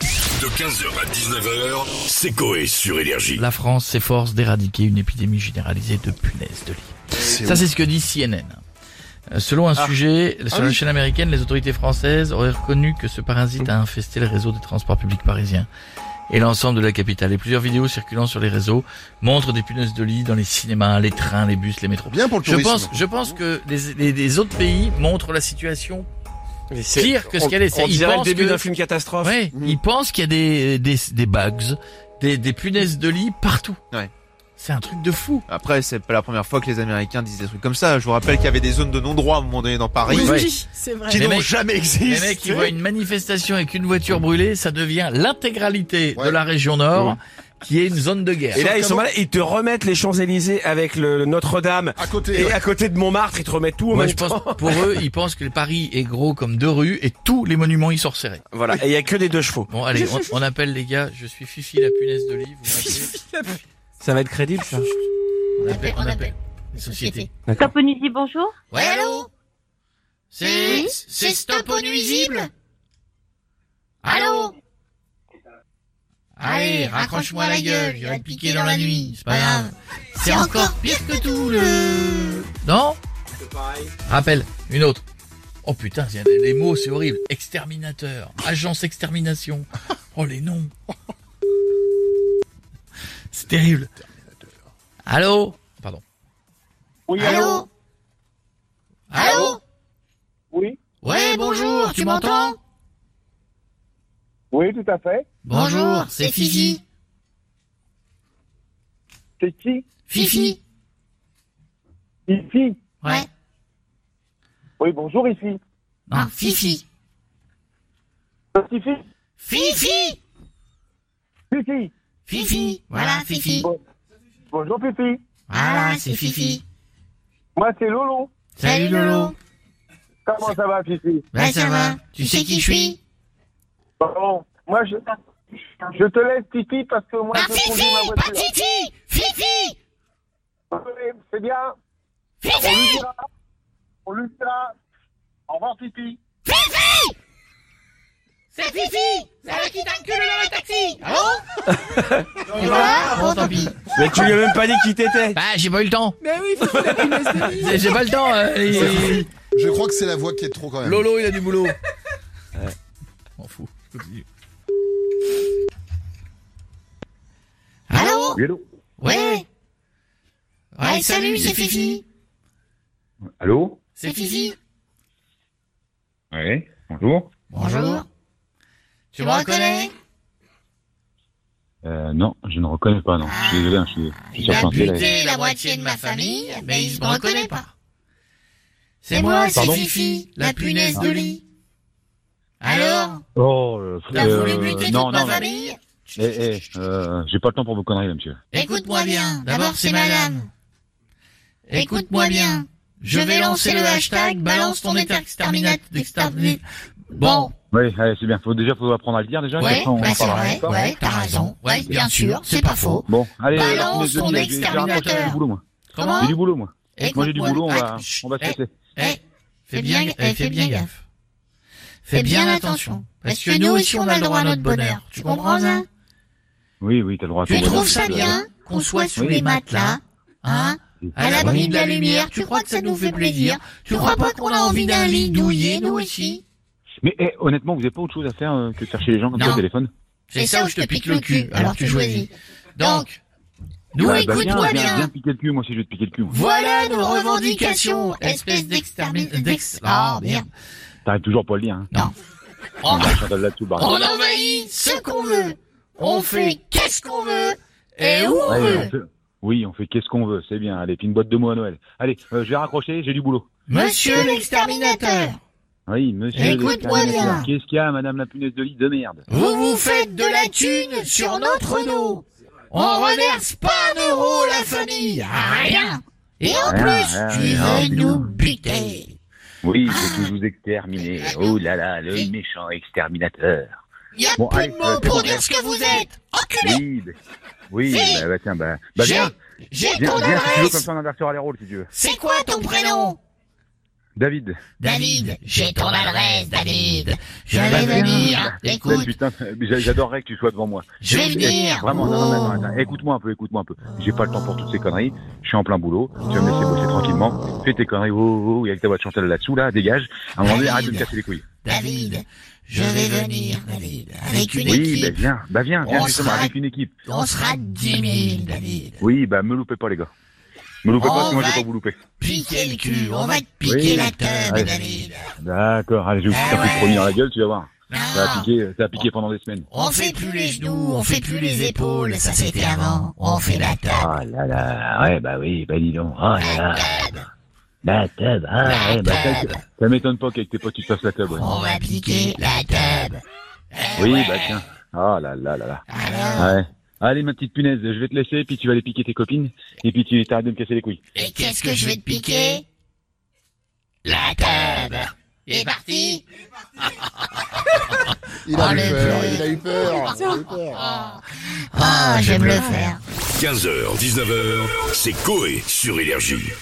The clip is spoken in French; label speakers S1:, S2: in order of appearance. S1: De 15h à 19h, c'est Coé sur Énergie.
S2: La France s'efforce d'éradiquer une épidémie généralisée de punaises de lit. Ça, c'est ce que dit CNN. Euh, Selon
S3: Ah.
S2: un sujet sur la chaîne américaine, les autorités françaises auraient reconnu que ce parasite a infesté le réseau des transports publics parisiens et l'ensemble de la capitale. Et plusieurs vidéos circulant sur les réseaux montrent des punaises de lit dans les cinémas, les trains, les bus, les métros.
S3: Bien pour le
S2: Je
S3: tourisme.
S2: pense, je pense que les, les- les autres pays montrent la situation
S4: Mais c'est-
S2: pire que ce
S4: on-
S2: qu'elle est. C'est-
S4: On
S2: ils
S4: dirait le
S2: pensent
S4: début
S2: que-
S4: d'un film catastrophe.
S2: Ouais, ils pensent qu'il y a des, des, des bugs, des, des punaises de lit partout.
S5: Ouais.
S2: C'est un truc de fou.
S5: Après, c'est pas la première fois que les Américains disent des trucs comme ça. Je vous rappelle qu'il y avait des zones de non-droit à un moment donné dans Paris.
S2: Oui, oui,
S6: c'est vrai.
S3: qui
S2: Les
S3: n'ont
S2: mecs-
S3: jamais
S2: Les
S3: existé.
S2: mecs qui voient une manifestation avec une voiture brûlée, ça devient l'intégralité de
S3: Ouais.
S2: la région nord qui est une zone de guerre.
S4: Et là, ils sont mal, ils te remettent les Champs-Élysées avec le, le Notre-Dame.
S3: À côté.
S4: Et à côté de Montmartre, ils te remettent tout en
S2: Ah, Moi,
S4: même
S2: je pense,
S4: temps.
S2: pour eux, ils pensent que le Paris est gros comme deux rues et tous les monuments y sont resserrés.
S4: Voilà. Et il y a que des deux chevaux.
S2: Bon, allez, on, on appelle les gars. Je suis Fifi la punaise de lit. Vous m'appelez.
S4: Ça va être crédible, ça.
S2: on appelle,
S6: On appelle.
S2: les sociétés.
S7: Stop au nuisible, bonjour.
S2: Ouais, allô C'est c'est stop au nuisible
S7: Allô
S2: Allez, raccroche-moi la gueule, je vais te piquer dans la nuit, c'est pas grave. C'est encore pire que tout le... Non Rappel, une autre. Oh putain, il y a des- les mots, c'est horrible. Exterminateur, agence extermination. Oh les noms. C'est terrible. Allô Pardon.
S8: Oui,
S7: Allô Allô
S8: Oui,
S2: Ouais, bonjour, tu m'entends
S8: oui, tout à fait.
S2: Bonjour, c'est Fifi.
S8: C'est qui
S7: Fifi
S8: Ici
S7: Ouais.
S8: Oui, bonjour, ici.
S2: Non,
S7: Ah, Fifi
S8: Fifi
S7: Fifi
S8: Fifi
S7: Fifi Voilà, Fifi
S8: Bonjour, Fifi.
S7: Voilà, c'est Fifi
S8: Moi, c'est Lolo.
S7: Salut Lolo
S8: Comment ça va, Fifi
S7: Ben ça va Tu sais qui je suis
S8: Bon, moi, je, je te laisse, Fifi, parce que moi,
S7: Ah,
S8: je
S7: Fifi
S8: conduis ma
S7: Pas
S8: voiture.
S7: Fifi Fifi
S8: Oui, C'est bien. On lui
S7: Fifi
S8: dira. On lui dira. Au revoir, Fifi.
S7: C'est Fifi C'est avec qui t'encules dans le taxi Allô Et voilà Ah, Bon, Oh, tant pis
S4: Mais tu lui as même pas dit qui t'étais.
S2: Bah, j'ai pas eu le temps.
S6: Mais oui, Fifi la punaise de lit.
S2: J'ai j'ai pas le temps. euh, il-
S3: Je crois que c'est la voix qui est trop quand même.
S2: Lolo, il a du boulot. M'en fous. je continue.
S7: Allô
S8: Hello.
S7: Ouais Ouais, salut, c'est Fifi
S8: Allô
S7: C'est Fifi
S8: Oui, bonjour.
S7: Bonjour Tu me reconnais
S8: Euh, non, je ne reconnais pas, non. Je suis désolé, je suis
S7: Il a buté la moitié de ma famille, mais il me reconnaît pas. C'est moi, c'est Fifi, la punaise de lit. Alors
S8: Oh,
S7: T'as voulu Ah, buter toute ma famille
S8: eh, euh, j'ai pas le temps pour vos conneries, monsieur.
S7: Écoute-moi bien, d'abord c'est madame. Écoute-moi bien, je vais lancer le hashtag balance ton exterminateur. Bon,
S8: Oui, allez, c'est bien. Faut déjà faut apprendre à le dire déjà. hein. comme
S7: ouais,
S8: ça, on en
S7: bah c'est
S8: parlera
S7: vrai,
S8: encore.
S7: ouais, t'as raison, ouais, bien sûr, c'est pas faux.
S8: Bon, allez.
S7: Balance
S8: attendez,
S7: ton
S8: je- je- je- je-
S7: exterminateur.
S8: J'ai du boulot moi.
S7: Comment
S8: J'ai du boulot moi. Moi j'ai du
S7: Écoute-moi.
S8: boulot, on va,
S7: Ah, chut,
S8: on va se
S7: eh,
S8: casser.
S7: eh,
S2: Fais bien,
S7: Fais bien-
S2: eh, fais bien gaffe.
S7: Fais bien attention, parce que nous aussi on a le droit à notre bonheur. Hein Tu comprends ça
S8: Oui, oui, t'as le droit. à
S7: Tu
S8: ton
S7: trouves
S8: bonheur.
S7: ça bien qu'on soit sous
S8: Oui.
S7: les matelas, hein à l'abri de la lumière, tu crois que ça nous fait plaisir Tu crois pas qu'on a envie d'un lit douillet, nous aussi
S8: Mais eh, honnêtement, vous avez pas autre chose à faire euh, que de chercher les gens comme
S2: Non.
S8: ça au téléphone
S2: C'est ça où je te pique le cul, alors tu choisis. Donc, nous
S8: Bah, bah,
S2: écoute-moi
S8: viens, viens,
S2: bien.
S8: viens piquer le cul, moi aussi je vais te piquer le cul. moi.
S7: Voilà nos revendications, espèce d'exterminateur. Ah, merde.
S8: T'arrives toujours pas à le dire. Hein.
S7: Non.
S8: On va faire de là-dessous, bordel.
S7: On envahit ce qu'on veut, on fait qu'est-ce qu'on veut et où on
S8: Ouais,
S7: veut.
S8: Ah on fait- Oui, on fait qu'est-ce qu'on veut, c'est bien. Allez, puis une boîte de mots à Noël. Allez, euh, je vais raccrocher, j'ai du boulot.
S7: Monsieur l'exterminateur,
S8: Oui, monsieur.
S7: Écoute-moi bien.
S8: l'exterminateur. Qu'est-ce qu'il y a, madame la punaise de lit de merde
S7: vous vous faites de la thune sur notre dos. On reverse pas un euro la famille, Ah, rien. Et en plus,
S8: Rien, rien,
S7: tu Ah.
S8: rien,
S7: veux
S8: rien.
S7: nous buter.
S8: hein, Oui, je vais tous vous
S7: Ah,
S8: exterminer. Oh là là, le
S7: Oui.
S8: méchant exterminateur.
S7: Y a
S8: Bon,
S7: plus
S8: allez,
S7: de
S8: euh,
S7: mots
S8: c'est
S7: pour
S8: bon,
S7: dire
S8: allez.
S7: ce que vous êtes. Enculé.
S8: Oui, bah- oui,
S7: Si.
S8: bah, bah, tiens, bah, bah
S7: J'ai-
S8: viens,
S7: J'ai
S8: viens,
S7: ton
S8: viens si tu veux, comme
S7: adresse.
S8: ça on inversera les rôles si tu veux.
S7: C'est quoi ton prénom
S8: David.
S7: David, j'ai ton adresse, David. Je vais venir,
S8: Ouais,
S7: écoute,
S8: putain, j'a- j'adorerais que tu sois devant moi.
S7: je vais venir. Oh.
S8: Vraiment, non, non, non, attends, écoute-moi un peu, écoute-moi un peu. J'ai pas le temps pour toutes ces conneries. Je suis en plein boulot. Tu vas me laisser bosser tranquillement. Fais tes conneries, oh, oh, oh, et avec ta voix de Chantal là-dessous, là, dégage. À un moment donné, arrête de me casser les couilles.
S7: David, je vais venir, David, avec une
S8: Oui, bah
S7: équipe.
S8: viens, bah viens, viens
S7: On
S8: justement,
S7: sera-
S8: avec une équipe.
S7: On sera 10 000, David.
S8: Oui, bah me loupez pas, les gars. Me loupez
S7: On
S8: pas, parce que moi, je
S7: va-
S8: vais pas vous louper.
S7: Piquer le cul, on va te
S8: Oui.
S7: piquer la teub,
S8: Ouais.
S7: David.
S8: D'accord, allez, je vais vous
S7: Ah
S8: faire
S7: ouais.
S8: un
S7: Ah.
S8: coup de premier dans la gueule, tu vas voir. Ça a
S7: Non,
S8: piqué, ça a piqué pendant des semaines.
S7: on fait plus les genoux, on fait plus les épaules, ça c'était avant. On fait la teub.
S8: Oh là là, ouais, bah oui, bah dis donc. Oh
S7: Ah
S8: là là. La teub, ah ouais, bah ça, ça m'étonne pas qu'avec tes potes tu te fasses la teub, ouais.
S7: On va piquer la teub.
S8: Oui, bah tiens. Oh là là là là.
S7: Alors,
S8: Ouais. Allez, ma petite punaise, je vais te laisser, puis tu vas aller piquer tes copines, et puis tu t'arrêtes de me casser les couilles.
S7: et qu'est-ce que je vais te piquer La teub. Il est parti
S3: Il a
S7: Oh,
S3: eu
S7: le
S3: peur,
S7: vieux.
S3: il a eu peur. il a eu peur.
S7: Oh, je vais me Ah, le faire.
S1: 15h, 19h, c'est Coé sur Énergie.